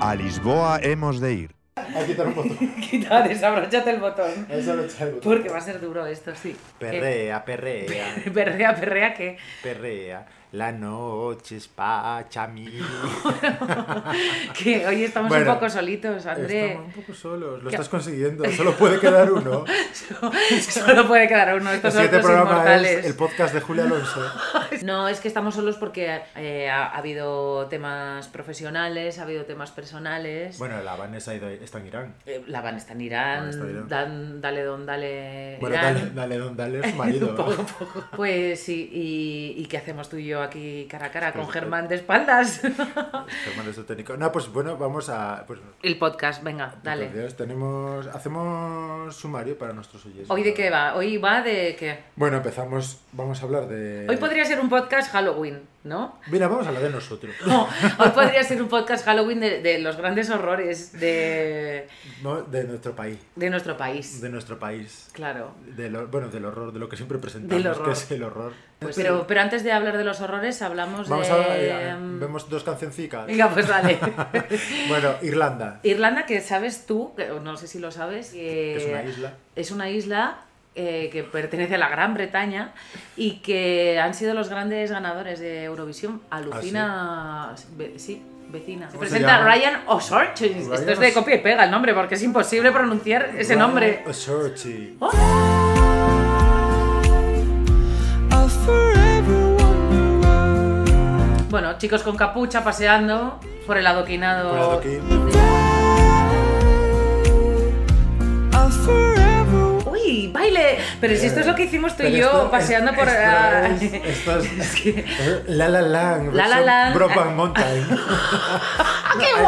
A Lisboa hemos de ir. Hay que quitar un botón. Quitar, desabrochate el botón. Eso lo echa el botón. Porque va a ser duro esto, sí. Perrea, perrea, Que- Perrea, perrea, que. perrea. La noche es pacha mía. Que hoy estamos Bueno, un poco solitos, André. Estamos un poco solos. Lo estás consiguiendo. Solo puede quedar uno. Solo puede quedar uno. El Estos son siguiente los programa inmortales. es el podcast de Julio Alonso. No, es que estamos solos porque eh, ha, ha habido temas profesionales, ha habido temas personales. Bueno, la Vanessa ha ido- está en Irán. Eh, la van está en Irán, Van está en Irán. Dan- dale don, dale. Bueno, Irán. dale, dale, don, dale, su marido. Poco, poco. Pues sí, y, y qué hacemos tú y yo aquí cara a cara con Germán de espaldas? Germán es el técnico. No, pues bueno, vamos a. Pues, El podcast, venga, dale. entonces, tenemos, hacemos sumario para nuestros oyentes. ¿Hoy de qué va? Hoy va de qué. Bueno, empezamos. Vamos a hablar de. Hoy podría ser un podcast Halloween, ¿no? Mira, vamos a hablar de nosotros. No, hoy podría ser un podcast Halloween de, de los grandes horrores de, No, de nuestro país. de nuestro país. De nuestro país. Claro. De lo- bueno, del horror, de lo que siempre presentamos, Del horror. que es el horror. Pues pero, pero antes de hablar de los horrores, hablamos Vamos de. em, a, eh, vemos dos cancioncitas. Venga, pues dale. Bueno, Irlanda, Irlanda, que sabes tú, que- o no sé si lo sabes, eh, que que es una isla. es una isla, eh, que pertenece a la Gran Bretaña y que han sido los grandes ganadores de Eurovisión. Alucina. ve- sí, vecina. Se Ah, ¿Cómo se presenta llama? Ryan O'Sorchin. Ryan Esto es de O'S- copia y pega el nombre porque es imposible pronunciar ese nombre. Oh. Osorchi. Bueno, chicos con capucha paseando por el adoquinado. Por el adoquín. ¡Uy! ¡Baile! Pero Pues si esto es lo que hicimos tú y Pero yo esto- paseando por. Esto es, esto es- eh, La La Land. La La versión Land. Brokeback Mountain. ¡Ah, ¡Qué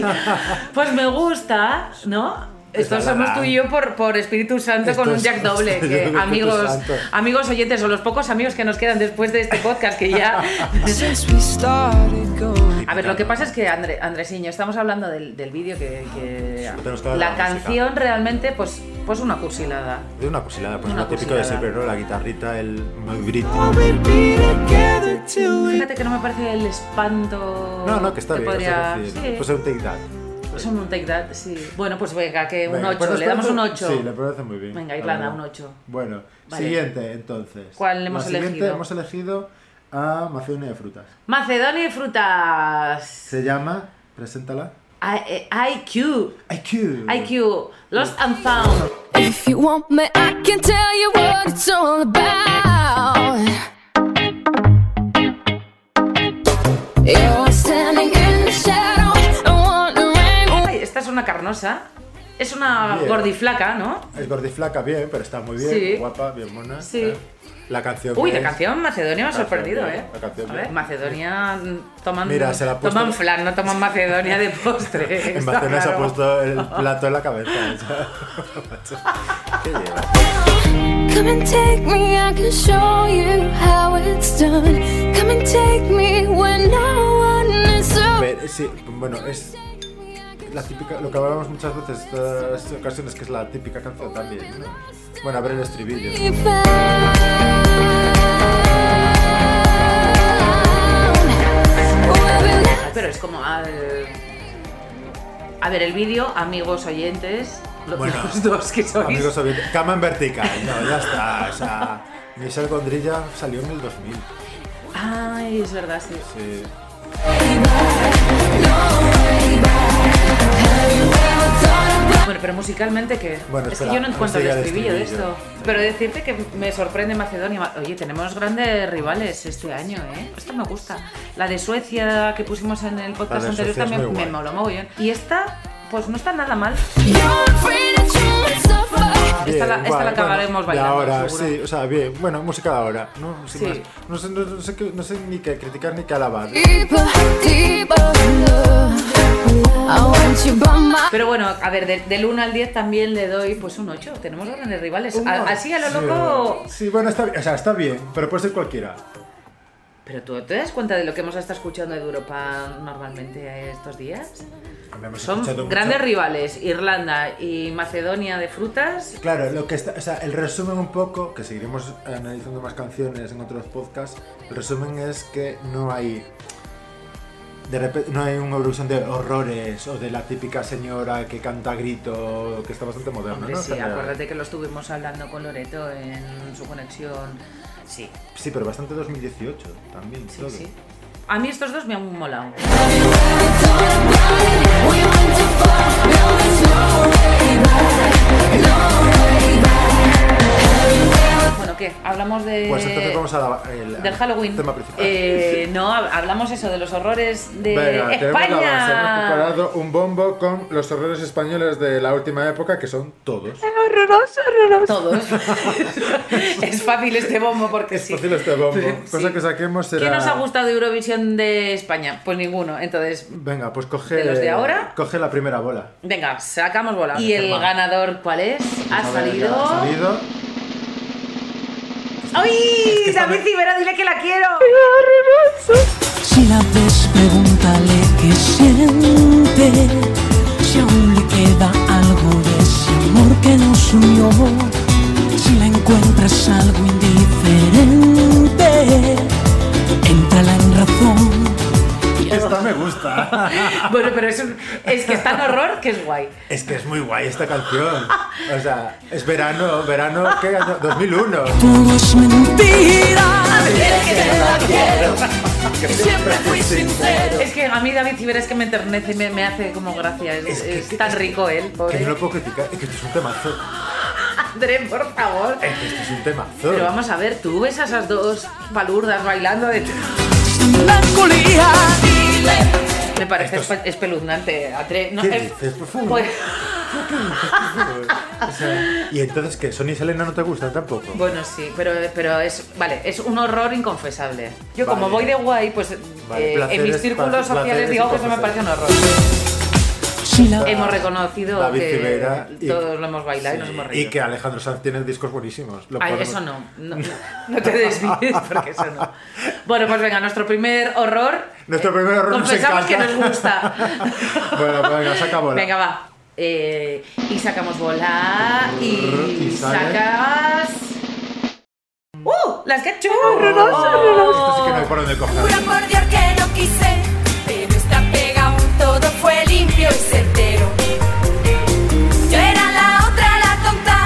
guay! Pues me gusta, ¿no? Pues Estos la, la, somos la. tú y yo por, por Espíritu Santo Esto con un es- Jack Doble. esto es que Espíritu amigos, Santo. amigos oyentes, o los pocos amigos que nos quedan después de este podcast, que ya. A ver, lo que pasa es que, André, Andresiño, estamos hablando del, del vídeo que. que- Tenemos que dar la la música. canción realmente, pues, pues una cursilada. De una fusilada, pues Una lo típico de fusilada. siempre, ¿no? La guitarrita, el Madrid. Fíjate que no me parece el espanto. No, no, que está bien. o sea, podría- es decir, sí. Pues es un take that. Son un take that, sí. Bueno, pues venga, que un Venga, 8, pues nos le damos un parece- 8. Sí, le parece muy bien. Venga, la Irlanda, verdad. un 8. Bueno, Vale. siguiente entonces. ¿Cuál hemos la siguiente elegido? hemos elegido a Macedonia de Frutas. Macedonia y frutas. Se llama, preséntala. I- eh, IQ. IQ. IQ. Lost and found. If you want me, I can tell you what it's all about. You're standing in the shadow and wondering. oh, Ay, Esta es una carnosa. Es una Bien. gordiflaca, ¿no? Es gordiflaca, bien, pero está muy bien, Sí. guapa, bien mona. Sí. ¿eh? La canción. Uy, que la es- canción Macedonia me ha La canción sorprendido, bien, ¿eh? la canción A ver, bien. Macedonia mm, toman, Mira, se la ha puesto- toman flan, no toman Macedonia de postre. En Está Macedonia se ha claro. puesto el plato en la cabeza. o sea, macho, ¿Qué lleva? Come and take me, I can show you how it's done. Come and take me when no one is A around. ver, sí, bueno, es la típica, lo que hablamos muchas veces estas ocasiones, que es la típica canción también, ¿no? Bueno, a ver el estribillo. Pero es como al... A ver, el vídeo, amigos oyentes, lo- Bueno, los dos que sois. Amigos soviéticos, cama en vertical, no, ya está, o sea, Michelle Gondrilla salió en el 2000, Ay, es verdad, sí. sí. Bueno, pero musicalmente que Bueno, es espera, que yo no encuentro el sigue el estribillo de estribillo. esto. Pero decirte que me sorprende Macedonia. Oye, tenemos grandes rivales este año, ¿eh? Esta me gusta. La de Suecia que pusimos en el La podcast de anterior Suecia es también muy me guay. moló mogollón. Y esta, pues no está nada mal. You're afraid that you might suffer. Esta la- esta la acabaremos bailando, De ahora, seguro. sí, o sea, bien, bueno, música de ahora, ¿no? Sin Sí. más. no, sé, no, no sé, qué- no sé ni qué criticar ni qué alabar. Deeper, deeper love. I want you by my Pero bueno, a ver, de- del 1 al 10 también le doy pues un 8. Tenemos grandes rivales. Un A- ocho. así a lo loco. Sí, bueno, está bien, o sea, está bien, pero puede ser cualquiera. Pero tú te das cuenta de lo que hemos estado escuchando de Europa normalmente estos días. Hemos Son escuchado mucho- grandes rivales, Irlanda y Macedonia de frutas. Claro, lo que está, o sea, el resumen un poco, que seguiremos analizando más canciones en otros podcasts, el resumen es que no hay De repente no hay una Eurovisión de horrores o de la típica señora que canta a grito, que está bastante moderno, Hombre, ¿no? sí, O sea, acuérdate que lo estuvimos hablando con Loreto en su conexión. Sí, sí, pero bastante 2018 también. sí, todo. sí. A mí estos dos me han molado. Bueno, ¿qué? Hablamos de... Pues entonces vamos a la- el, Eh, Del Halloween. tema principal. Eh, no, hab- hablamos eso de los horrores de Venga, tenemos la base. Hemos España. preparado un bombo con los horrores españoles de la última época, que son todos. Todos. es fácil este bombo porque Es sí. fácil este bombo. Sí. Cosa que saquemos será. ¿Qué nos ha gustado de Eurovisión de España? Pues ninguno. Entonces, Venga, pues coge. ¿De los de ahora? Coge la primera bola. venga, sacamos bola. ¿Y el Va. ganador cuál es? Ha A ver, salido. ya Ha salido. ¡Ay! David Civera, dile que la quiero. Si la ves, pregúntale qué siente. Si aún le queda algo de ese amor que nos unió. Si la encuentras algo indiferente, entrala en razón. Esta me gusta. Bueno, pero es, un- es que es tan horror que es guay. es que es muy guay esta canción. O sea, es verano, verano, ¿qué año? 2001. Todo es mentira. Es que a mí David Civera es que me enternece y me, me hace como gracia. Es, Es que- es tan rico él, Que pobre. no lo puedo criticar, es que esto es un temazo. André, por favor. Es que esto es un temazo. Pero vamos a ver, tú ves a esas dos balurdas bailando de... Melancolía. Me parece Esto espe- espeluznante. André, no, ¿Qué eh, dices, por favor? pues- O sea, y entonces, ¿qué? ¿Sony y Selena no te gustan tampoco? Bueno, sí, pero, pero es, vale, es un horror inconfesable. Yo como Vale. voy de guay, pues Vale, eh, placeres, en mis círculos placeres sociales digo que eso me parece un inconfesables. horror. Si la Hemos reconocido David que Civera y- todos lo hemos bailado y nos Sí, hemos reído. Y que Alejandro Sanz tiene discos buenísimos. Lo Ay, podemos- eso no, no, no te desvíes porque eso no. Bueno, pues venga, nuestro primer horror. eh, Nuestro primer horror nos Confesamos que encanta. nos gusta. Bueno, pues venga, saca bola. Venga, va. Eh, y sacamos bola y, Y sale. sacas. ¡Uh! ¡Las que Oh. Esto sí que no hay por dónde cogerlo. Juro por Dios que no quise, pero esta pega aún todo fue limpio y certero. Yo era la otra, la tonta,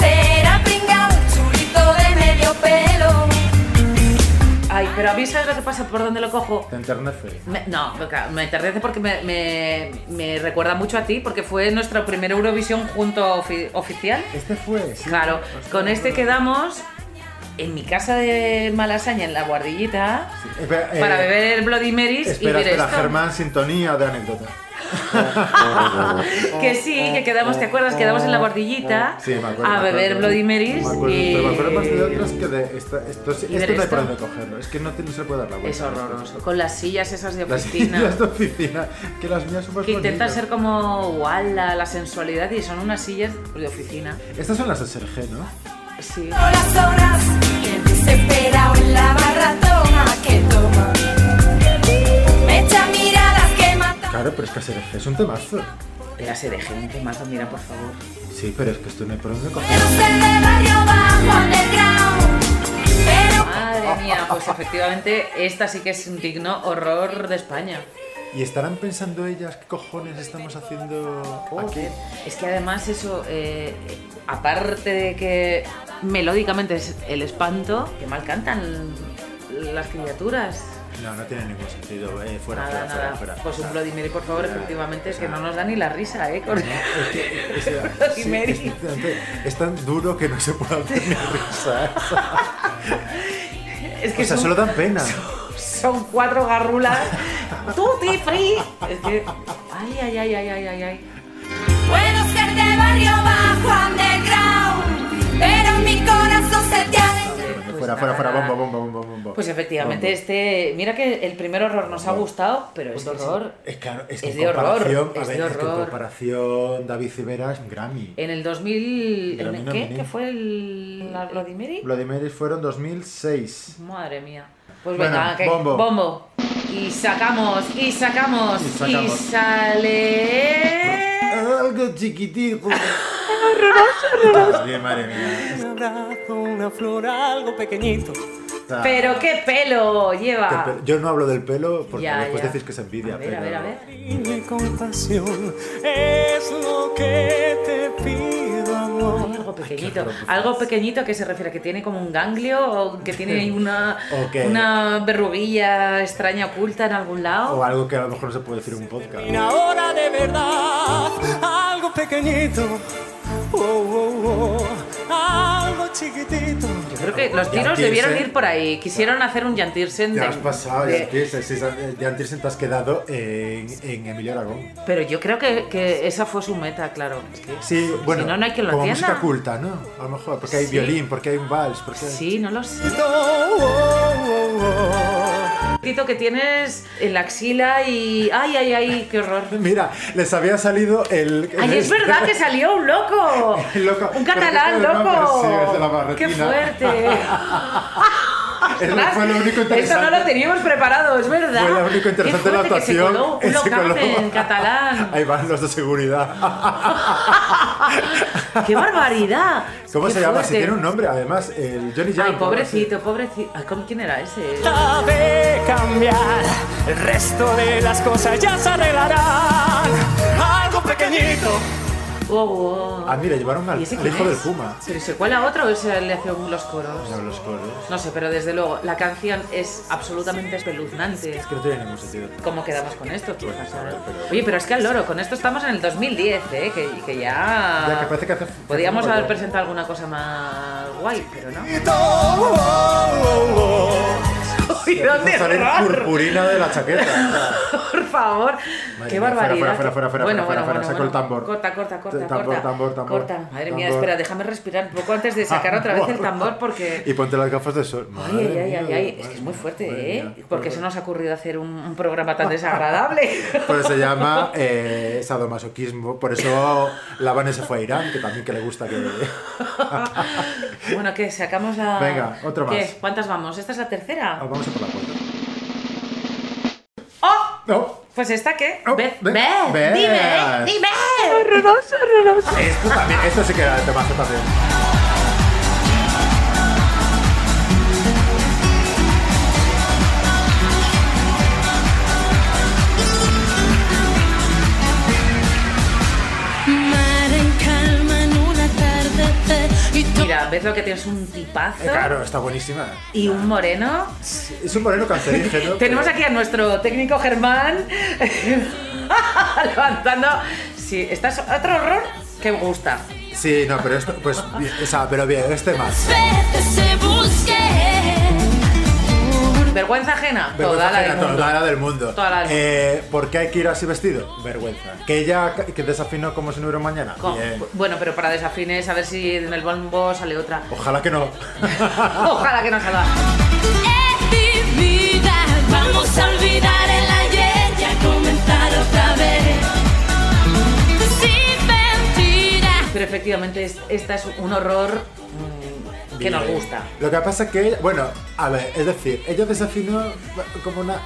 será pringa un chulito de medio pelo. Ay, pero avisas lo que pasa por dónde lo cojo. Te enternece. Me- no, claro, me enternece porque me, me- me recuerda mucho a ti, porque fue nuestra primera Eurovisión junto ofi- oficial. Este fue. sí. Claro, con este quedamos en mi casa de Malasaña, en la guardillita, Espera, eh, para beber Bloody Marys Espera, y ver espera, esto. Germán, sintonía de anécdota. Que Oh, sí, que quedamos, ¿te acuerdas? Quedamos en la guardillita Sí, me acuerdo. a me beber acuerdo. Bloody Marys Me acuerdo, y... Pero me acuerdo más de otras que de. Esta, esto sí- y esto ver no hay por esto. dónde cogerlo. Es que no, te- no se le puede dar la vuelta. Es horroroso, con las sillas esas de Las oficina. sillas de oficina, que las mías son más Que intentan bonitas. ser como Walla, la sensualidad y son unas sillas de oficina. Estas son las de Sergé, ¿no? Sí. Todas las horas y el desesperado en la barra toma que toma. Me echa miradas que matan. Claro, pero es que Sergé es un temazo. Pero se deje un temazo, mira, por favor. Sí, pero es que esto no hay por dónde cogerlo. Pero ser de barrio bajo underground. Pero Ah, Madre mía, pues efectivamente esta sí que es un digno horror de España. Y estarán pensando ellas qué cojones estamos haciendo Oh. aquí. Es que además eso, eh, aparte de que melódicamente es el espanto, que mal cantan las criaturas. No, no tiene ningún sentido. Eh, fuera, Nada, fuera, nada. fuera, fuera. Pues un Bloody Mary, por favor, Ya, efectivamente, es o que sea, no nos da ni la risa, ¿eh? Con- Es que, o sea, Bloody sí, Mary. es, es- es tan duro que no se puede hacer ni risa. Es que O sea, son, solo dan pena. son cuatro garrulas. ¡Tutti free! Es que. Ay, ay, ay, ay, ay, ay, ay. puedo ser de barrio bajo underground. Pero en mi corazón se te ha de- Pues fuera, fuera, fuera, nada. bombo, bombo, bombo, bombo. Pues efectivamente, Bombo. Pues este. Mira que el primer horror nos ha gustado, pero este horror. Es, claro, es que es en de horror, comparación, a ver, es de es que en horror. ¿Eh? comparación David Civera es un Grammy. En el 2000. Pero ¿en a mí no ¿Qué? me- ¿Qué fue el. la Bloody Mary? Bloody Marys fueron 2006. Madre mía. Pues Bueno, venga, que- bombo. bombo. Y sacamos, y sacamos, Y y, sacamos. sale. Algo chiquitito. Bien, madre mía. Un abrazo, una flor, algo pequeñito. sea, Pero qué pelo lleva. que pe- Yo no hablo del pelo porque Ya, después ya. decís que es envidia. A ver, pero a ver, a ver. Cariño y compasión es lo que te pido, amor. Algo pequeñito, pues, algo pequeñito que se refiere a que tiene como un ganglio o que tiene ahí una, Ok. una verruguilla extraña oculta en algún lado. O algo que a lo mejor no se puede decir en un podcast. Una hora de verdad, algo pequeñito, oh, oh, oh, algo chiquitito. Yo creo que los tiros Yantirse. debieron ir por ahí. Quisieron hacer un Yantirsen. Te de- has pasado, de- ya Tirsen, sí, ya Tirsen te has quedado en, en Emilio Aragón. Pero yo creo que, que esa fue su meta, claro. Es que- Sí, bueno, Si no, no hay quien lo como entienda. música culta, ¿no? A lo mejor, porque hay Sí. violín, porque hay un vals, porque... Sí, no lo sé. Oh, oh, oh. Tito que tienes en la axila y... ¡Ay, ay, ay! ¡Qué horror! Mira, les había salido el... ¡Ay, es verdad que salió un loco! El loco. ¡Un catalán Pero qué loco! nombre, sí, es de la ¡Qué barretina. fuerte! Eso fue lo único interesante. Esto no lo teníamos preparado, es verdad. Fue lo único interesante Qué de la fuerte que se actuación. coló un Ese local coló. en catalán. Ahí van los de seguridad. ¡Qué barbaridad! ¿Cómo Qué se llama? Si fuerte. tiene un nombre, además, el Johnny Jam. Ay, ¿no? pobrecito, pobrecito. Ay, ¿cómo- ¿Quién era ese? Sabe cambiar, el resto de las cosas ya se arreglarán. Algo pequeñito. Oh, oh. Ah, mira, llevaron al, ¿Y ese al quién hijo es? del Puma. ¿Pero se cuela otro o se le hace un- los coros? No, los coros. No sé, pero desde luego, la canción es absolutamente espeluznante. Es que no tiene ningún sentido. ¿Cómo quedamos con esto? ¿Qué pasa? Pues, a ver, pero- Oye, pero es que al loro, con esto estamos en el 2010, ¿eh? que, que Ya que ya... parece que hace... Ah. Podríamos hace un haber poco- presentado alguna cosa más guay, pero no. Oh, oh, oh. Uy, ¿dónde Empieza a salir error? purpurina de la chaqueta. Por favor. Madre Qué mía, fuera, barbaridad. fuera, fuera, fuera, fuera, bueno, bueno, fuera, bueno, saco el bueno. tambor. Corta, corta, corta, Tambor, corta. tambor, tambor. Corta. Madre mía, Tambor. espera, déjame respirar un poco antes de sacar otra vez el tambor porque... Y ponte las gafas de sol. Ay, Madre ay, ay, mía, ay, ay, es madre que es muy mía, fuerte, madre ¿eh? mía. Pues Porque se nos ha ocurrido hacer un, un programa tan desagradable. Pero pues se llama eh, sadomasoquismo. Por eso la Vanessa fue a Irán, que también que le gusta que... bueno, ¿qué? Sacamos la... Venga, otro ¿Qué? más. ¿Cuántas vamos? ¿Esta es la Ah, tercera? Vamos a por la puerta. ¡Oh! No, Pues esta, ¿qué? Oh, Beth, ve- Beth, Beth. dime, ¿eh? dime. esto también, esto sí que era temazo también. Mar en calma en un atardecer y tú Mira, ves lo que tienes un tipazo Eh, Claro, está buenísima. y un moreno. Es un moreno cancerígeno. Tenemos pero- aquí a nuestro técnico Germán levantando. Sí, esta es otro horror que me gusta. Sí, no, pero esto, pues, bien, o sea, pero bien, este más. veces se busqué. Vergüenza ajena, Vergüenza toda la ajena, del mundo. toda la del mundo. Toda la del mundo. Eh, ¿Por qué hay que ir así vestido? Vergüenza. Que ella ca- que desafinó como si no hubiera un mañana. Co- Bien. Bueno, pero para desafines, a ver si en el bombo sale otra. Ojalá que no. Ojalá que no salga. Es vida, vamos a olvidar el ayer y a comenzar otra vez. Sin mentiras. Pero efectivamente, es- esta es un horror mm, que Bien. nos gusta. Lo que pasa es que, ella- bueno, a ver, es decir, ella desafinó como una,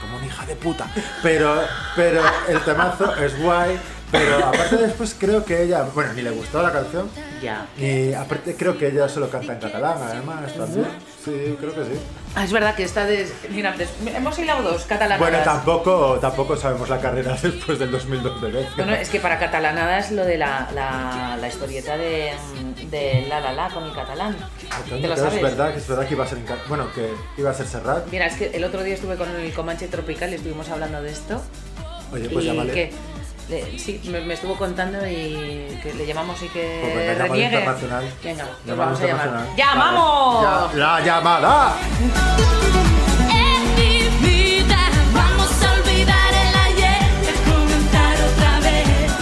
como una hija de puta. Pero, pero el temazo es guay. Pero aparte después creo que ella, bueno, ni le gustó la canción. Ya. Y aparte creo que ella solo canta en catalán, además, también. Sí, creo que sí. Ah, es verdad que esta de. Mira, des- hemos hilado dos catalanas. Bueno, tampoco, tampoco sabemos la carrera después del 2002 de Led. Bueno, es que para catalanadas lo de la, la, la historieta de, mm, de La La La con el catalán. ¿Te lo Ah, Claro, sabes? es verdad, que es verdad que iba a ser en ca- bueno, que iba a ser Serrat. Mira, es que el otro día estuve con el Comanche Tropical y estuvimos hablando de esto. Oye, pues y ya vale. que le- sí, me, me estuvo contando y que le llamamos y Pues que venga, llamada reniegue. internacional. Venga, lo Llamada vamos a llamar. internacional. ¡Llamamos! Vale. Ya- la llamada. Es vida, vamos a olvidar el ayer y a comenzar otra vez.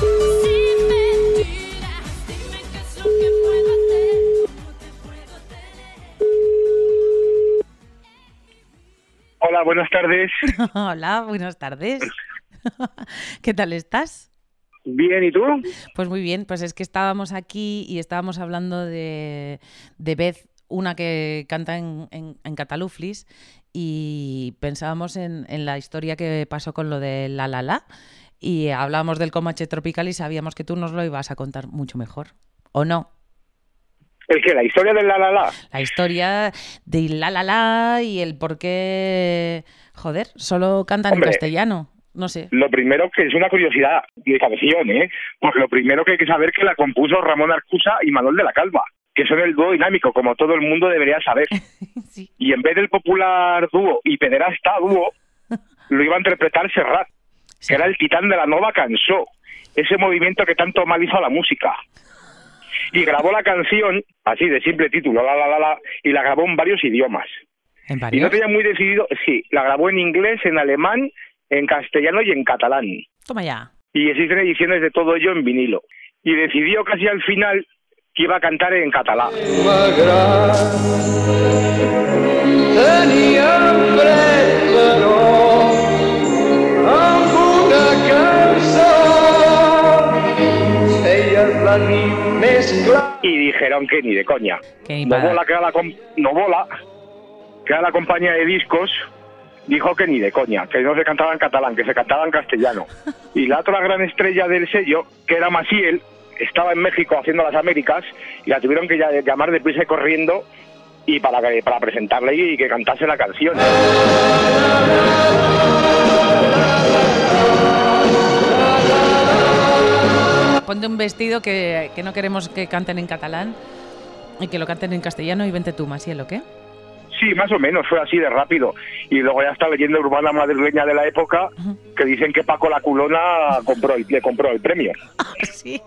Sin mentiras, dime qué es lo que puedo hacer, cómo te puedo tener. Hola, buenas tardes. Hola, buenas tardes. ¿Qué tal estás? Bien, ¿y tú? Pues muy bien, pues es que estábamos aquí y estábamos hablando de, de Beth, una que canta en, en, en cataluflis, y pensábamos en, en la historia que pasó con lo de La La La, y hablábamos del Comanche Tropical y sabíamos que tú nos lo ibas a contar mucho mejor, ¿o no? ¿El que ¿La historia del la la la? La historia de la la la y el por qué. Joder, solo cantan Hombre. en castellano. No sé. Lo primero que es una curiosidad y de cabecillón, ¿eh? Pues lo primero que hay que saber que la compuso Ramón Arcusa y Manuel de la Calva, que son el dúo dinámico, como todo el mundo debería saber. Sí. Y en vez del popular dúo y pederasta dúo, lo iba a interpretar Serrat, que era el titán de la nueva canción, ese movimiento que tanto mal hizo a la música. Y grabó la canción, así de simple título, la la la la, y la grabó en varios idiomas. En Y no varios. tenía muy decidido, sí, la grabó en inglés, en alemán, en castellano y en catalán. Toma ya. Y existen ediciones de todo ello en vinilo. Y decidió casi al final que iba a cantar en catalán. Y dijeron que ni de coña. Que ni No para- bola, que era la, com- no bola, que era la compañía de discos, dijo que ni de coña, que no se cantaba en catalán, que se cantaba en castellano. Y la otra gran estrella del sello, que era Maciel, estaba en México haciendo las Américas y la tuvieron que ya- llamar deprisa y corriendo y para, que- para presentarla y que cantase la canción. Ponte un vestido que, que no queremos que canten en catalán y que lo canten en castellano y vente tú, Maciel, ¿o qué? Sí, más o menos, fue así de rápido. Y luego ya está leyenda urbana madrileña de la época que dicen que Paco la culona compró el- le compró el premio. Sí.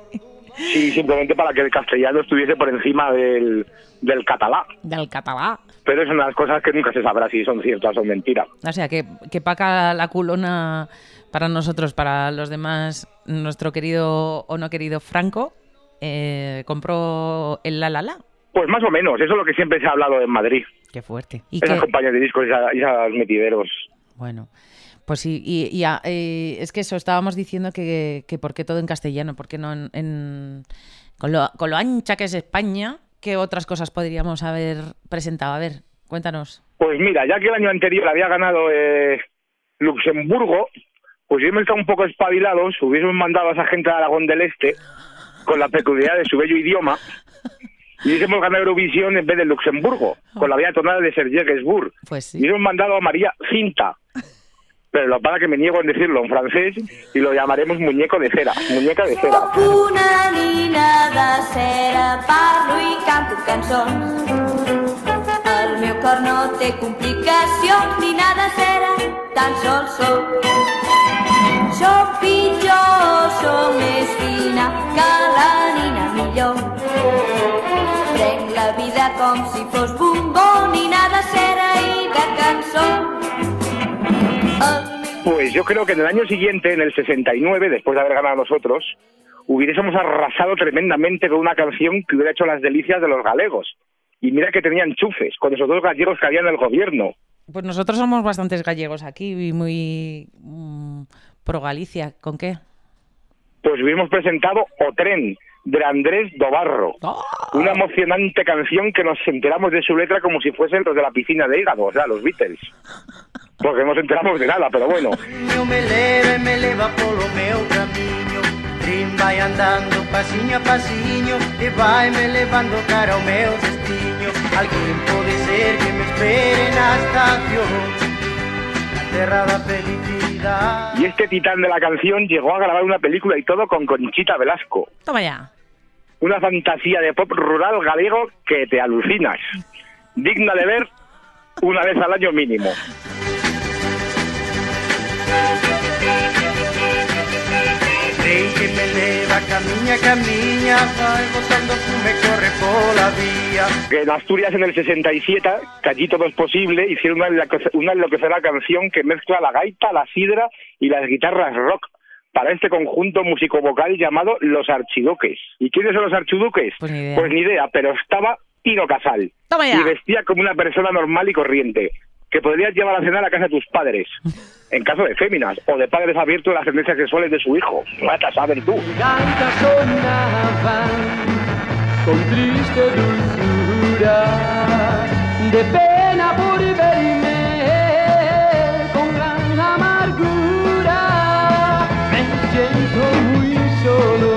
Sí, simplemente para que el castellano estuviese por encima del, del catalán. Del catalán. Pero es unas cosas que nunca se sabrá si son ciertas o mentiras. O sea, que, que paca la culona para nosotros, para los demás, nuestro querido o no querido Franco, eh, compró el La La La. Pues más o menos, eso es lo que siempre se ha hablado en Madrid. Qué fuerte. Y Esas que- compañías de discos y esas, y esas metideros. Bueno, pues sí, y, y a- eh, es que eso, estábamos diciendo que, que por qué todo en castellano, por qué no en... en- con, lo, con lo ancha que es España, ¿qué otras cosas podríamos haber presentado? A ver, cuéntanos. Pues mira, ya que el año anterior había ganado eh, Luxemburgo, pues yo me estado un poco espabilados, hubiésemos mandado a esa gente de Aragón del Este con la peculiaridad de su bello idioma y hubiésemos ganado Eurovisión en vez de Luxemburgo, con la vía tonal de Serge Gainsbourg. Pues Y sí. hemos mandado a María Cinta. Pero lo para que me niego en decirlo en francés y lo llamaremos muñeco de cera, muñeca de cera. Una nina de cera, parlo i canto cançons. El meu cor no té complicació, nina de cera, tan sols soc. Soc pitjor, soc més fina que la nina millor. Prenc la vida com si fos bombó, nina de cera i de cançó. El meu Pues yo creo que en el año siguiente, en el 69, después de haber ganado nosotros, hubiésemos arrasado tremendamente con una canción que hubiera hecho las delicias de los galegos. Y mira que tenían chufes con esos dos gallegos que había en el gobierno. Pues nosotros somos bastantes gallegos aquí y muy mm, pro Galicia. ¿Con qué? Pues hubiéramos presentado O Tren, de Andrés Dobarro. ¡Oh! Una emocionante canción que nos enteramos de su letra como si fuesen los de la piscina de hígado, o sea, los Beatles. Porque no nos enteramos de nada, pero bueno. Eu me levo e me leva polo meu caminho Trim vai andando passinho a passinho E vai me levando cara ao meu destino Alguém pode ser que me espere na estación Na terra da felicidade Y este titán de la canción llegó a grabar una película y todo con Conchita Velasco. Toma ya. Una fantasía de pop rural galego que te alucinas. Digna de ver una vez al año mínimo. Trem que me leva camiña, camiña Vai botando fume, corre pola vía Que en Asturias en el 67, que allí todo es posible, hicieron una, enloquece- una enloquecedora canción que mezcla la gaita, la sidra y las guitarras rock para este conjunto músico-vocal llamado Los Archiduques. ¿Y quiénes son los Archiduques? Pues ni idea. Pues ni idea, pero estaba Tino Casal. Toma ya. y vestía como una persona normal y corriente, que podrías llevar a cenar a casa de tus padres, en caso de féminas, o de padres abiertos a las tendencias sexuales de su hijo. Mata, saben tú. Tantas sonaban con triste dulzura de pena por verme con gran amargura. Me siento muy solo,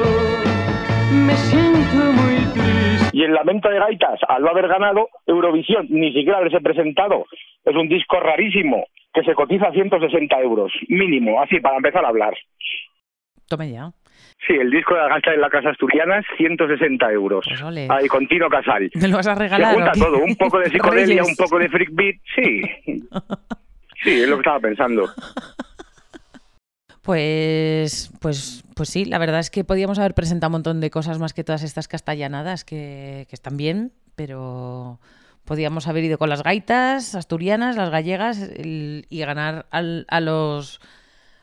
me siento muy triste. Y en el Lamento de Gaitas, al no haber ganado Eurovisión, ni siquiera haberse presentado, es un disco rarísimo que se cotiza a 160 euros, mínimo, así para empezar a hablar. Tome ya. Sí, el disco de la gancha de la Casa Asturianas, 160 euros. Pues ole. Ahí, Contino Casal. ¿Me lo vas a regalar? o Se junta qué? todo, un poco de psicodelia, Reyes. un poco de freak beat, sí. Sí, es lo que estaba pensando. Pues, pues, pues sí, la verdad es que podíamos haber presentado un montón de cosas más que todas estas castellanadas que, que están bien, pero podíamos haber ido con las gaitas asturianas, las gallegas el- y ganar al- a los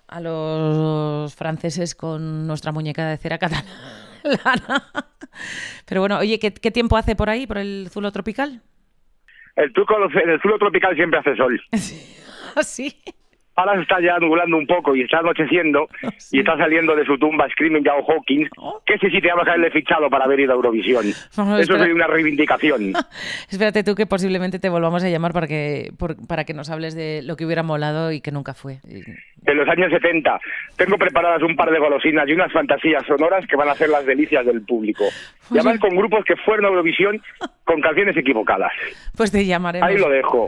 a los franceses con nuestra muñeca de cera catalana. Pero bueno, oye, ¿qué, qué tiempo hace por ahí, por el zulo tropical? El truco en el sur tropical siempre hace sol. Así. Ahora se está ya nublando un poco y está anocheciendo y está saliendo de su tumba Screaming Joe Hawkins, que ese sí te va a caerle fichado para haber ido a Eurovisión. Vamos, Eso espera. es una reivindicación. Espérate tú que posiblemente te volvamos a llamar para que, por- para que nos hables de lo que hubiera molado y que nunca fue. de los años 70. Tengo preparadas un par de golosinas y unas fantasías sonoras que van a hacer las delicias del público. Y además con grupos que fueron a Eurovisión con canciones equivocadas. Pues te llamaremos. Ahí lo dejo.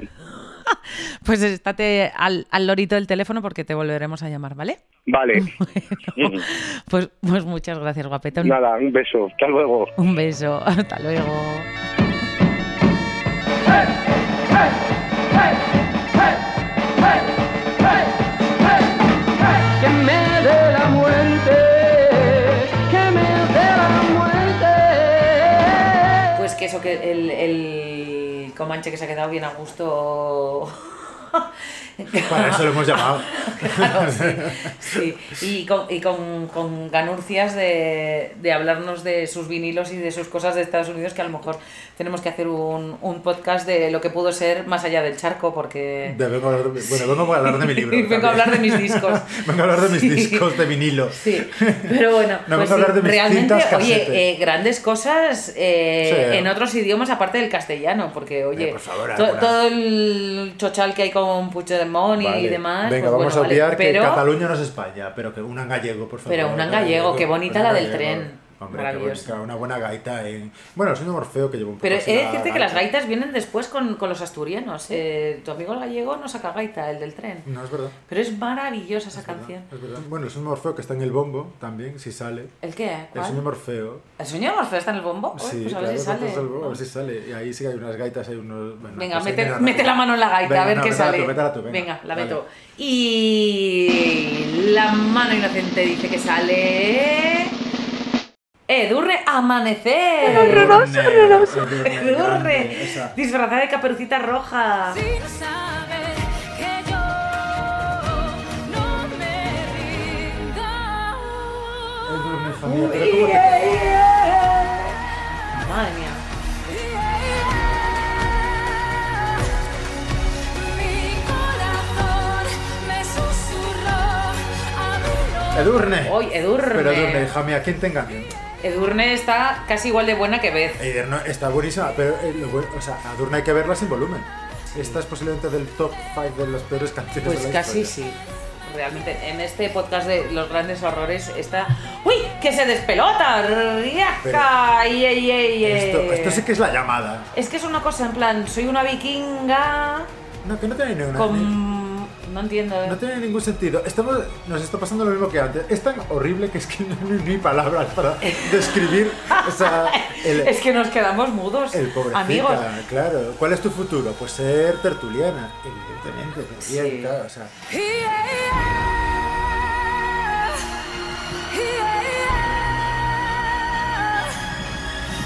Pues estate al, al lorito del teléfono porque te volveremos a llamar, ¿vale? Vale. Pues, pues muchas gracias, guapetón. Nada, un beso. Hasta luego. Un beso. Hasta luego. Que me dé la muerte, que me dé la muerte. Pues que eso, que el, el Comanche que se ha quedado bien a gusto. Para eso lo hemos llamado. Claro, sí, sí. Y con, y con, con ganurcias de, de hablarnos de sus vinilos y de sus cosas de Estados Unidos, que a lo mejor tenemos que hacer un, un podcast de lo que pudo ser más allá del charco, porque... De- vengo a hablar de- bueno, vengo a hablar de mi libro. Vengo a hablar de mis discos. vengo a hablar de mis Sí. discos de vinilo. Sí, pero bueno, No, pues vamos a hablar de mis realmente, cintas oye, casete. eh, grandes cosas eh, Sí. en otros idiomas aparte del castellano, porque oye, Eh, por favor, to- alguna. todo el chochal que hay con Puigdemont y Vale. demás, Venga, pues vamos bueno, a vale, obviar que pero- Cataluña no es España, pero que una en gallego, por favor. Pero una en Una gallego, qué bonita una la en del gallego. tren. Hombre, qué Maravillosa. bonita, una buena gaita en... Bueno, soy un Morfeo que llevo un poco Pero así he de la decirte que las gaitas vienen después con, con los asturianos. Eh, tu amigo el gallego no saca gaita, el del tren. No, es verdad. Pero es maravillosa esa canción. Es verdad. Bueno, es un Morfeo que está en el bombo también, si sale. ¿El qué? El sueño ¿Cuál? Morfeo. ¿El sueño de Morfeo está en el bombo? Uy, Sí, pues a claro, ver si sale. entonces el bombo, a ¿no? ver si sale. Y ahí sí que hay unas gaitas, hay unos... bueno, Venga, pues ahí mete, viene mete la mano en la gaita, Venga, a ver no, qué métela sale. tú, métela tú, venga. la Dale. meto. Y la mano inocente dice que sale. Edurne Amanecer. Horroroso, horroroso. Edurne, Esa. disfrazada de caperucita roja. Si no sabes que yo no me rindo. Es Durne, hija mía, pero ¿cómo te- Madre mía. Mi corazón me susurró a mi no. Edurne. Hoy, Edurne. Pero Edurne, hija mía, ¿quién te engañó? Edurne está casi igual de buena que Beth. Eider no- está buenísima, pero eh, lo bueno- o sea, a Durna hay que verla sin volumen. Esta es posiblemente del top 5 de las peores canciones Pues de la casi historia. sí. Realmente, en este podcast de los grandes horrores está. ¡Uy! ¡Que se despelota! Pero- ¡Riaja! ¡Ay, ay, ay, ay! Esto, esto sí que es la llamada. Es que es una cosa en plan, soy una vikinga No, que no tiene ninguna. ni- con. No entiendo. ¿eh? No tiene ningún sentido. Estamos, nos está pasando lo mismo que antes. Es tan horrible que es que no hay ni palabras para describir. o sea, el, Es que nos quedamos mudos. el pobrecita, Amigos. claro. ¿Cuál es tu futuro? Pues ser tertuliana, evidentemente. pero Sí. bien, claro, o sea, Yeah, yeah. Yeah,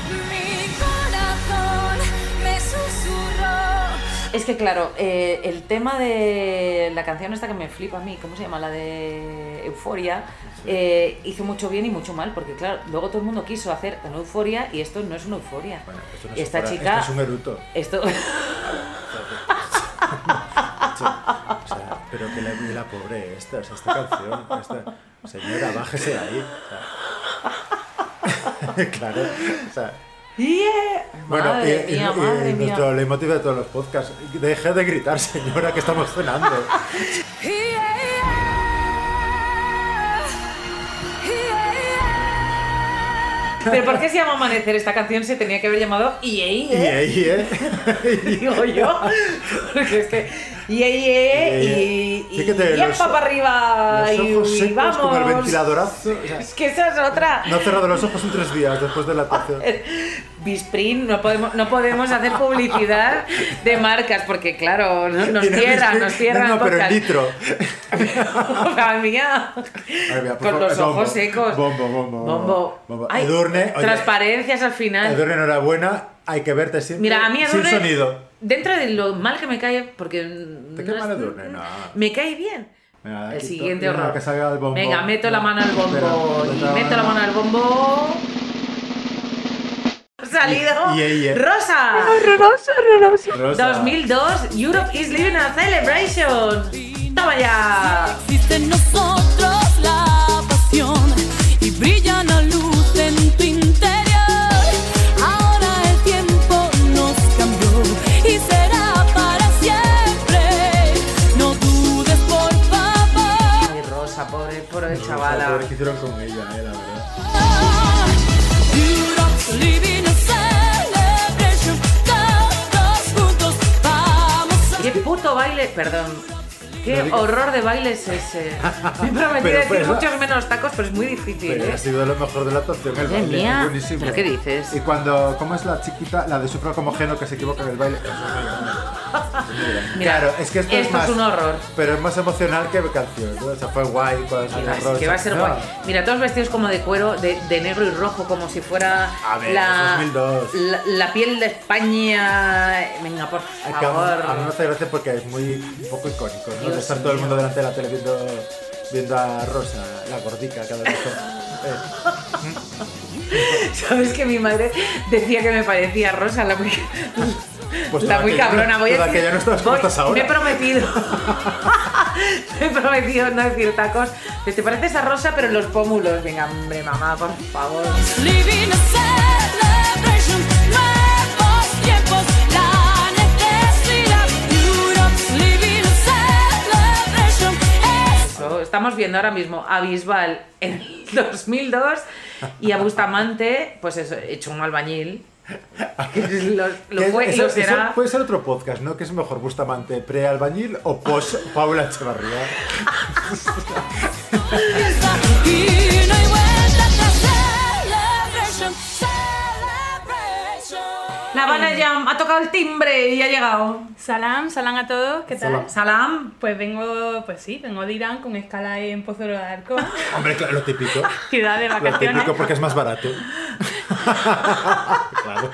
yeah. Mi corazón me susurró. Es que claro, eh, el tema de la canción esta que me flipa a mí, ¿cómo se llama? La de Euforia, eh, hizo mucho bien y mucho mal, porque claro, luego todo el mundo quiso hacer una Euforia y esto no es una Euforia. bueno, esto no Y es esta para- chica, esto es un eruto. esto, Sí, o sea, pero que la, la pobre esta, o sea, esta canción, esta, señora, bájese de ahí. o sea. claro, o sea, Yeah. madre y- y- mía, y madre mía. nuestro leitmotiv de todos los podcasts, deje de gritar, señora, que estamos cenando. Yeah, yeah. Yeah, yeah. Pero ¿por qué se llama Amanecer? Esta canción se tenía que haber llamado IEI, Y ¿eh? ahí, ¿eh? Digo yo. Porque es que IEI, ¿eh? y, y, Sí que te- y epa los- para arriba Los ojos y, y secos vamos. como el ventiladorazo. o sea, Es que esa es otra. no he cerrado los ojos en tres días después Ah, de la actuación. eh, Bisprint, no podemos, no podemos hacer publicidad de marcas porque, claro, no- nos Y no cierran, me- nos cierran No, el no, pero en podcast. litro. Madre mía. A ver, mira, por Con favor, los bombo, ojos secos. Bombo, bombo. Bombo. bombo. Ay, Edurne, oye, transparencias al final. Edurne, enhorabuena. Hay que verte siempre Ah. Mira, a mí Edurne. sin sonido. Dentro de lo mal que me cae, porque. ¿Te no queda es- mal Edurne? No. Me cae bien. Venga, El quito- siguiente venga, horror. Que salga el bombo. Venga, meto la mano al bombo. Espera, y meto la mano al bombo. Ha salido. Y- y ella. Rosa. Rosa. 2002, Europe is living a celebration. Toma ya. Existe en nosotros la pasión y brilla una luz en tu interior. Ahora el tiempo nos cambió y será para siempre. No dudes, por favor. Ay, Rosa, pobre, pobre Rosa, chavala. pobre, ¿Qué hicieron con ella, eh, la verdad? Europe's living a celebration. Todos juntos vamos a Qué puto baile, perdón. Qué No digas- horror de baile es ese. Me prometí Pero, decir pues, va. muchos menos tacos, pero es muy difícil, Pero ¿eh? ha sido lo mejor de la actuación. el Madre baile, mía, es buenísimo. ¿pero qué dices? Y cuando, ¿cómo es la chiquita, la de sufro como geno que se equivoca en el baile? Eso es muy grande. Mira, claro, es que esto, esto es más- un horror. Pero es más emocional que canción. ¿no? O sea, fue guay cuando salió Así Rosa. que va a ser No. guay. Mira, todos vestidos como de cuero, de, de negro y rojo, como si fuera A ver, la, 2002. la, la piel de España. Venga, por Ay, que a mí- A mí me favor. hace gracia porque es muy un poco icónico, ¿no? Dios De estar todo el mundo delante de la tele viendo, viendo a Rosa, la gordica, cada vez. Eh, Sabes que mi madre decía que me parecía rosa, la muy, Pues la toda muy aquella- cabrona. Voy a toda decir- aquella no estabas como voy- estás ahora. Me he prometido. me he prometido no decir tacos. Pues te pareces a rosa, pero en los pómulos. Venga, hombre, mamá, por favor. Living a celebration, nuevos tiempos, la necesidad. Europe's living a celebration, es Eso, Estamos viendo ahora mismo a Bisbal en el 2002 y a Bustamante, pues eso, hecho un albañil. Que Lo, lo que fue y eso- lo eso será. puede ser otro podcast, ¿no? Que es mejor Bustamante pre-albañil o post-Paula Echevarría. fiesta y no hay vuelta atrás. Celebration, celebration. La Habana Jam ha tocado el timbre y ha llegado. Salam, salam a todos, ¿qué tal? Salam. Salam. Pues vengo, pues sí, vengo de Irán con escala en Pozo de Arco, Hombre, claro, lo típico. ciudad de Lo vacaciones. típico porque es más barato. claro.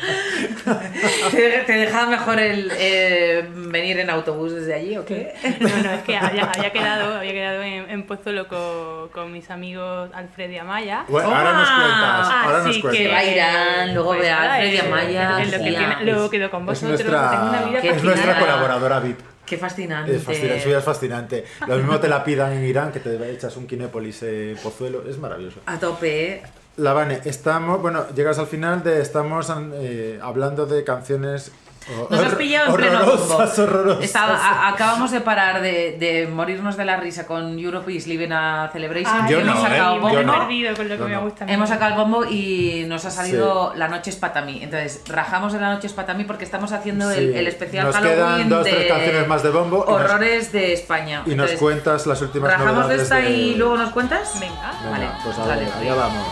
¿Te, te deja mejor el eh, venir en autobús desde allí o qué? No, no, es que había, había quedado, había quedado en, en Pozo Loco con mis amigos Alfred y Amaya. Bueno, ahora nos Toma. cuentas. Ahora nos Ah, Así cuentas. que Va a Irán, luego ve a nada, Alfred y eh, Amaya, en Lo que tía. tiene- luego quedo con Es vosotros, tengo una nuestra, vida Qué es nuestra fascinada. colaboradora VIP. Qué fascinante. Es fascinante, su vida es fascinante. Lo mismo te la pidan en Irán que te echas un Kinépolis eh, pozuelo, es maravilloso. A tope. ¿eh? Lavane, estamos, bueno, llegas al final de estamos eh, hablando de canciones oh, Nos has horror- pillado en pleno horrorosas, combo. horrorosas. Estaba- a- acabamos de parar de, de morirnos de la risa con Europe is Living a Celebration. Ah, Yo hemos no, ¿eh? sacado Yo bombo. no. perdido con lo que Yo me no. gusta. a mí. Hemos sacado el bombo y nos ha salido La Noche es para mí. Entonces, rajamos de La Noche es para mí porque estamos haciendo el, Sí. el especial Nos Halloween quedan dos, de tres canciones más de bombo y nos- Horrores de España. Y nos Entonces, cuentas las últimas ¿Rajamos de novedades esta de- y luego nos cuentas? Venga. Venga, Vale, pues a vale. ver, allá vamos.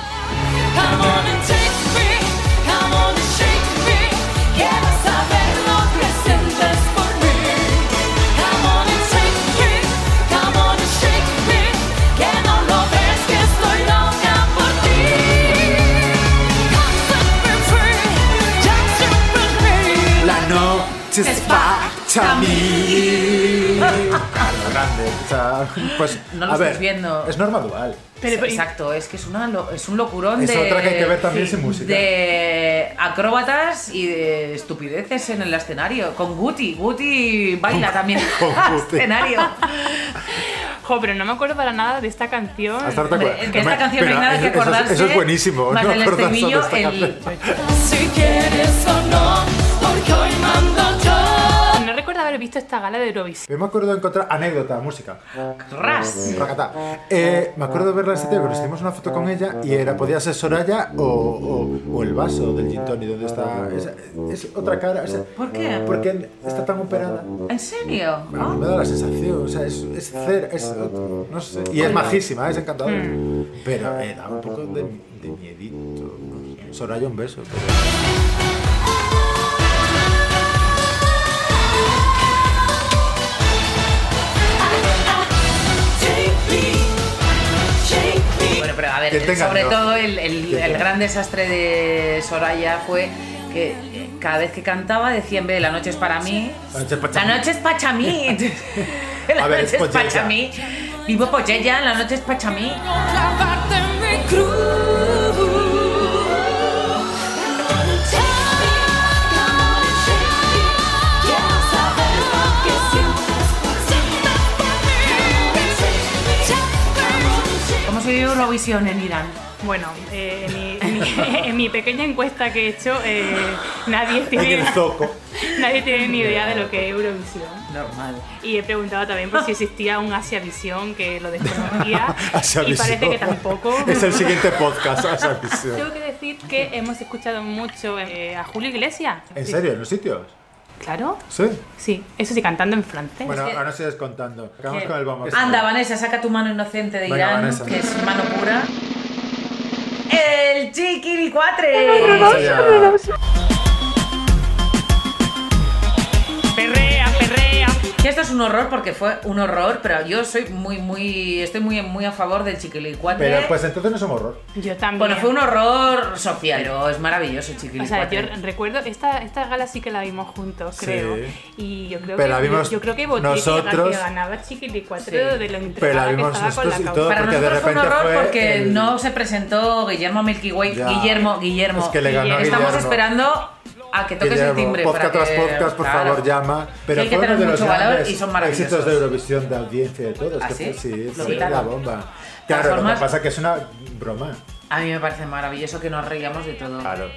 Come on and take me, come on and shake me. Quiero saber lo que sientes por mí. Come on and take me, come on and shake me. Que no lo ves que estoy loca por ti. Come set me free, just set me free. La noche es para mí. Claro, grande. O sea, pues, No lo a estáis ver, viendo. Es norma dual. Pero- Exacto, es que es, una, lo- es un locurón Es de. otra que hay que ver también sin música. De acróbatas y de estupideces en el escenario. Con Guti. Guti baila también. con al Guti. escenario. Jo, pero no me acuerdo para nada de esta canción. Hasta ahora te Hombre, acuerdas. de esta Hombre, canción no hay pero nada que eso- eso es- acordarse. Eso es buenísimo. Más no del acordarse de estribillo, esta el. canción. Si quieres o no, porque hoy mando yo. No recuerdo haber visto esta gala de Eurovisión. Yo me acuerdo de encontrar anécdota, música. ¡Ras! Racatá. Eh, me acuerdo de verla en ese tío, que nos hicimos una foto con ella y era, podía ser Soraya o, o- o el vaso del gin tonic donde está. esa- Es, otra cara. o sea, ¿Por qué? Porque está tan operada. ¿En serio? A mí me da la sensación, o sea, es, es cero, es otro, no sé. Y es majísima, es encantadora. Pero eh, da un poco de, de miedito. no sé. Soraya, un beso. pero- Bueno, pero a ver, Que tengan sobre yo. todo el, el- Que el tengan. gran desastre de Soraya fue que eh, cada vez que cantaba decía en vez de la noche es para mí, La noche es la pachamí. noche es para mí. la A ver, pues es noche es pochella. para mí. Vivo pochella, la noche es para mí. ¿Cómo se vive Eurovisión en Irán? Bueno, eh, en, mi, en mi- en mi pequeña encuesta que he hecho, eh, nadie, En tiene, el zoco. nadie tiene ni idea de lo que es Eurovisión. Normal. Y he preguntado también por si existía un Asiavisión que lo desconocía. y Asiavisión. parece que tampoco. Es el siguiente podcast, esa visión. Tengo que decir que hemos escuchado mucho eh, a Julio Iglesias. ¿En serio? ¿En los sitios? Claro. Sí. Sí, eso sí, cantando en francés. Bueno, Es que- ahora sigues contando. Acabamos Que- con el vamos. Anda, Vanessa, saca tu mano inocente de Venga, Irán, Vanessa. que es mano pura. El chiquiricuatre. Eso ya- Perrea, perrea. Que esto es un horror porque fue un horror, pero yo soy muy, muy, estoy muy, muy a favor del chiquilicuatre. Pero pues entonces no es un horror. Yo también. bueno, fue un horror social, pero es maravilloso O sea, yo chiquilicuatre. recuerdo, esta, esta gala sí que la vimos juntos, Sí. creo. Y yo creo Pero que la vimos yo, yo creo que voté que nosotros. gan- que ganaba Chiquilicuatro Sí. de lo Pero la entregada que vimos estaba con la nosotros y causa. todo, Para porque de nosotros fue un repente horror fue porque el- no se presentó Guillermo Milky Way. Ya. Guillermo, Guillermo. Es que le ganó Estamos Guillermo. esperando a que toques Guillermo, el timbre. Podcast para tras que- podcast, por claro. favor, llama. Pero hay que fue uno tener de los mucho valor grandes y son maravillosos. éxitos de Eurovisión, de audiencia y de todo. Es ¿Ah, que sí? fue- sí, Lo fue la quitaron. bomba. todas Claro, lo que formas- pasa es que es una broma. A mí me parece maravilloso que nos reíamos de todo. Claro.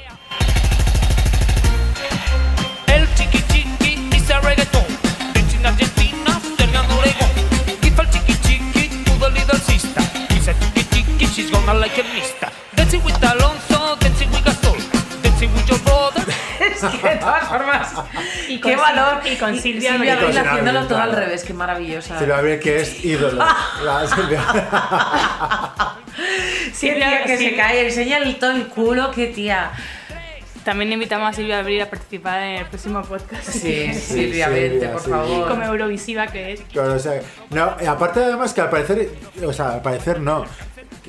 El chiqui chiqui dice reggaetón. Dice en Argentina, Sergio Oregón. Give al chiqui chiqui to the leader sister. Dice chiqui chiqui, she's gonna like it mixta. Dancing with Alonso, dancing with Gasol. Dancing with your brother. es que de todas formas, Y con qué Sil- valor. y con Silvia Silvia Abril. Abril haciéndolo Claro. todo al revés, qué maravillosa. Se lo abre que es ídolo. La Silvia. Silvia que se Silvia- cae, enseña el- todo el culo, qué tía. También invitamos a Silvia Abril a participar en el próximo podcast. Sí, Silvia, Silvia, vente, por Silvia. favor. Como Eurovisiva que es. Claro, o sea, no, y aparte además que al parecer, o sea, al parecer no.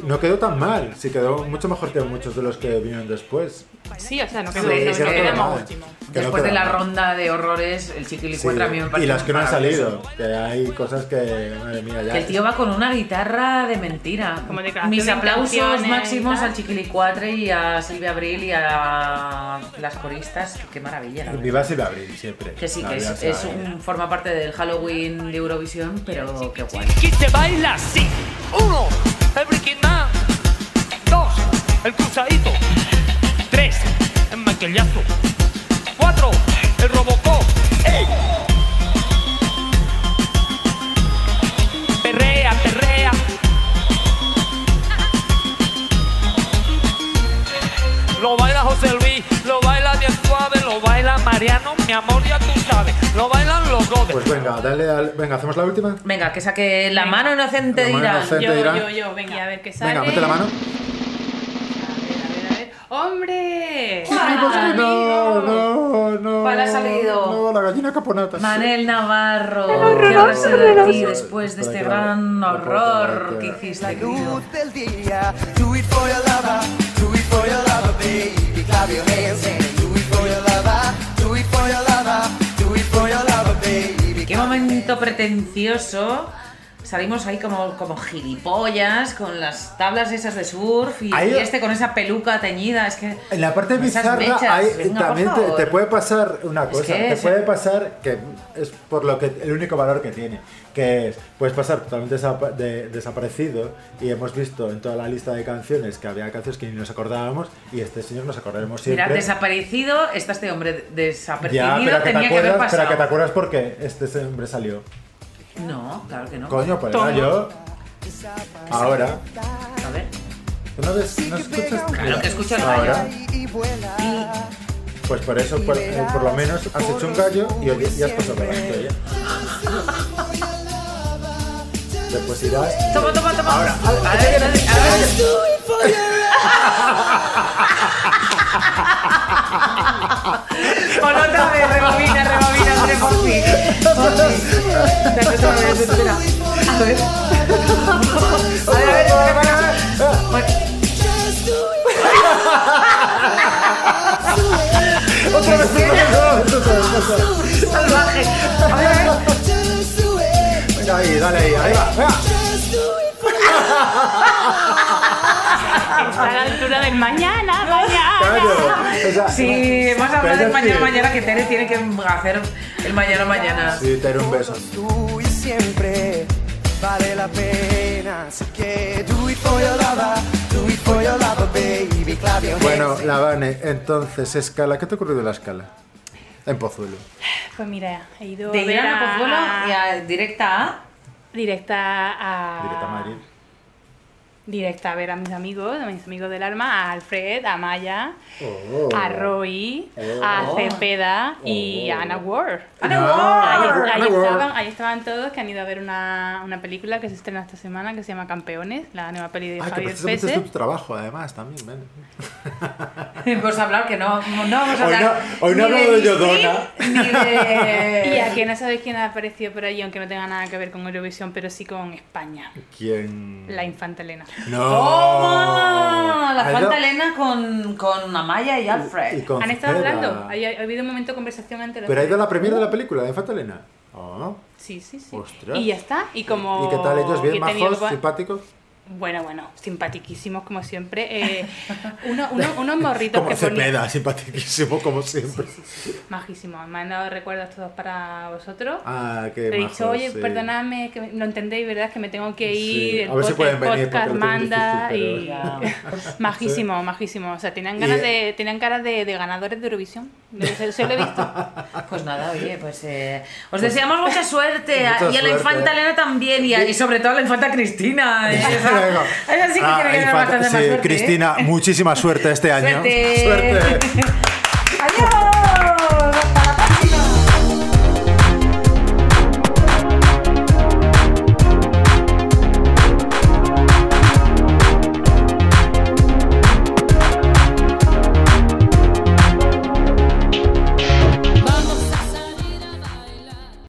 No quedó tan mal, sí quedó mucho mejor que muchos de los que vinieron después. Sí, o sea, no Sí, quedó sí, no- sí, no sí. quedamos Mal. último. Que no Después de la quedó mal. ronda de horrores, el chiquilicuatra a mí me Sí, parece Y las que no han maravilloso. salido, que hay cosas que, madre mía, ya. Que el tío va con una guitarra de mentira. Como declaración Mis de aplausos intenciones y máximos tal. al Chiquilicuatre y a Silvia Abril y a las coristas. Qué maravilla. la verdad. Viva Silvia Abril, siempre. Que sí, La que viva es, Silvia es Abril. un- forma parte del Halloween de Eurovisión, pero qué guay. Chiqui se baila así. Uno, el Breaking Man. Dos, el cruzadito. Tres, el maquillazo. Cuatro, el Robocop. ¡Ey! Perrea, perrea. Lo baila José Luis, lo baila Diez Suave, lo baila Mariano, mi amor, ya tú sabes. Lo bailan los godes. Pues venga, dale al- Venga, hacemos la última. Venga, que saque la mano inocente La de mano Irán. inocente. Yo, dirá. yo, yo, venga, a ver qué sale. Venga, mete la mano. Ay, ¡Hombre! pues que no, no, no. ¿Cuál ha salido? No, la gallina caponata. Manel Navarro, horror, ¿qué habrá sido de ti horror. después de Espera, este que la- gran la puedo horror poner, que espera. hiciste, querido? del día. Do it for your lover, do it for your lover, baby. Clap your hands and do it for your lover, do it for your lover, do it for your lover, baby. Qué momento pretencioso Salimos ahí como, como gilipollas, con las tablas esas de surf y, Ahí- y este con esa peluca teñida. Es que. En la parte Esas bizarra mechas, hay- venga, por también te, favor. te puede pasar una cosa, que te es- puede pasar que es por lo que el único valor que tiene, que es puedes pasar totalmente desapa- de- desaparecido y hemos visto en toda la lista de canciones que había canciones que ni nos acordábamos y este señor nos acordaremos siempre. Mira, desaparecido, está este hombre desaparecido, ya, pero que, te tenía que haber acuerdas, pero pasado. que te acuerdas porque este hombre salió. No, claro que no. Coño, pues era yo. Ahora. A ver. ¿Tú no, ves, no escuchas? Claro que escucho el gallo. Ahora. Pues por eso, por, eh, por lo menos has hecho un gallo y, hoy- y has pasado por la historia. Después irás. Toma, toma, toma. Ahora, a ver, a ver, a ver. Pon otra vez, rebobina, rebobina, hombre, por fin. Por fin. Dale otra vez, espera. A ver. A ver, a ver, espera, para. Bueno. Otra vez, otra vez, otra vez, otra vez, otra vez. Salvaje. A ver, a ver. Venga ahí, dale ahí, ahí va, Está a la altura del mañana, mañana. Claro, o sea, Sí, hemos pero hablado del es mañana, que- mañana, que Tere tiene que hacer el mañana, mañana. Sí, te haré un beso. tú y siempre vale la pena. Así que do it for your lover, do it for your lover, baby. Clap your Bueno, hands. la Vane, entonces, escala. ¿Qué te ha ocurrido en la escala? En Pozuelo. Pues mira, he ido De a ver Irán a a- Pozuelo y a directa a... directa a Directa a Madrid. directa a ver a mis amigos, a mis amigos del alma, a Alfred, a Maya, Oh. a Roy, a Oh. Cepeda y a Anna Ward. Ana No, Ahí, Ward. ahí Oh. Anna Ward. estaban, ahí estaban todos que han ido a ver una, una película que se estrena esta semana que se llama Campeones, la nueva peli de Ah, que Javier precisamente es Pese. tu trabajo, además, también, Vane. Vamos a hablar que no, no vamos a Hoy hablar. no- hoy no he ni hablado de Disney, Yodona. Ni de. Y a que no sabéis quién ha aparecido por ahí, aunque no tenga nada que ver con Eurovisión, pero sí con España, ¿Quién? la infanta Elena. No. ¡Toma! Oh, La Ha Fanta ido- Elena con, con Amaya y Alfred. y con Han estado Cepeda. hablando, ha, ha habido un momento de conversación entre eh, los Pero ha ido a tres. la premiere de la película de Infanta Elena. Oh. Sí, sí, sí. Ostras. Y ya está. Y como. ¿Y qué tal ellos? que ¿Bien he tenido majos? gua- ¿Simpáticos? Bueno, bueno, simpatiquísimos como siempre. Eh, uno- uno- unos morritos Como que ponían. Cepeda, simpatiquísimo como siempre. Majísimos. Me han dado recuerdos todos para vosotros. Ah, qué He majos, dicho, oye, sí. perdonadme, que me- lo entendéis, ¿verdad? Es que me tengo que Sí, ir. El a ver si pod- pueden el venir, porque podcast lo tienen manda difícil, y. majísimo, majísimo. O sea, tenían ganas, Y- eh, de, tenían caras de, de ganadores de Eurovisión. Se, se lo he visto. Pues nada, oye, pues eh, os deseamos mucha suerte a- Pues Mucha y a la suerte. infanta Elena también y, a- y sobre todo a la infanta Cristina. eh, esa- Venga. esa sí que Ah, tiene que tener Infanta- bastante más ¿eh? sí, suerte, ¿eh? Cristina, muchísima suerte este año. Suerte. Adiós.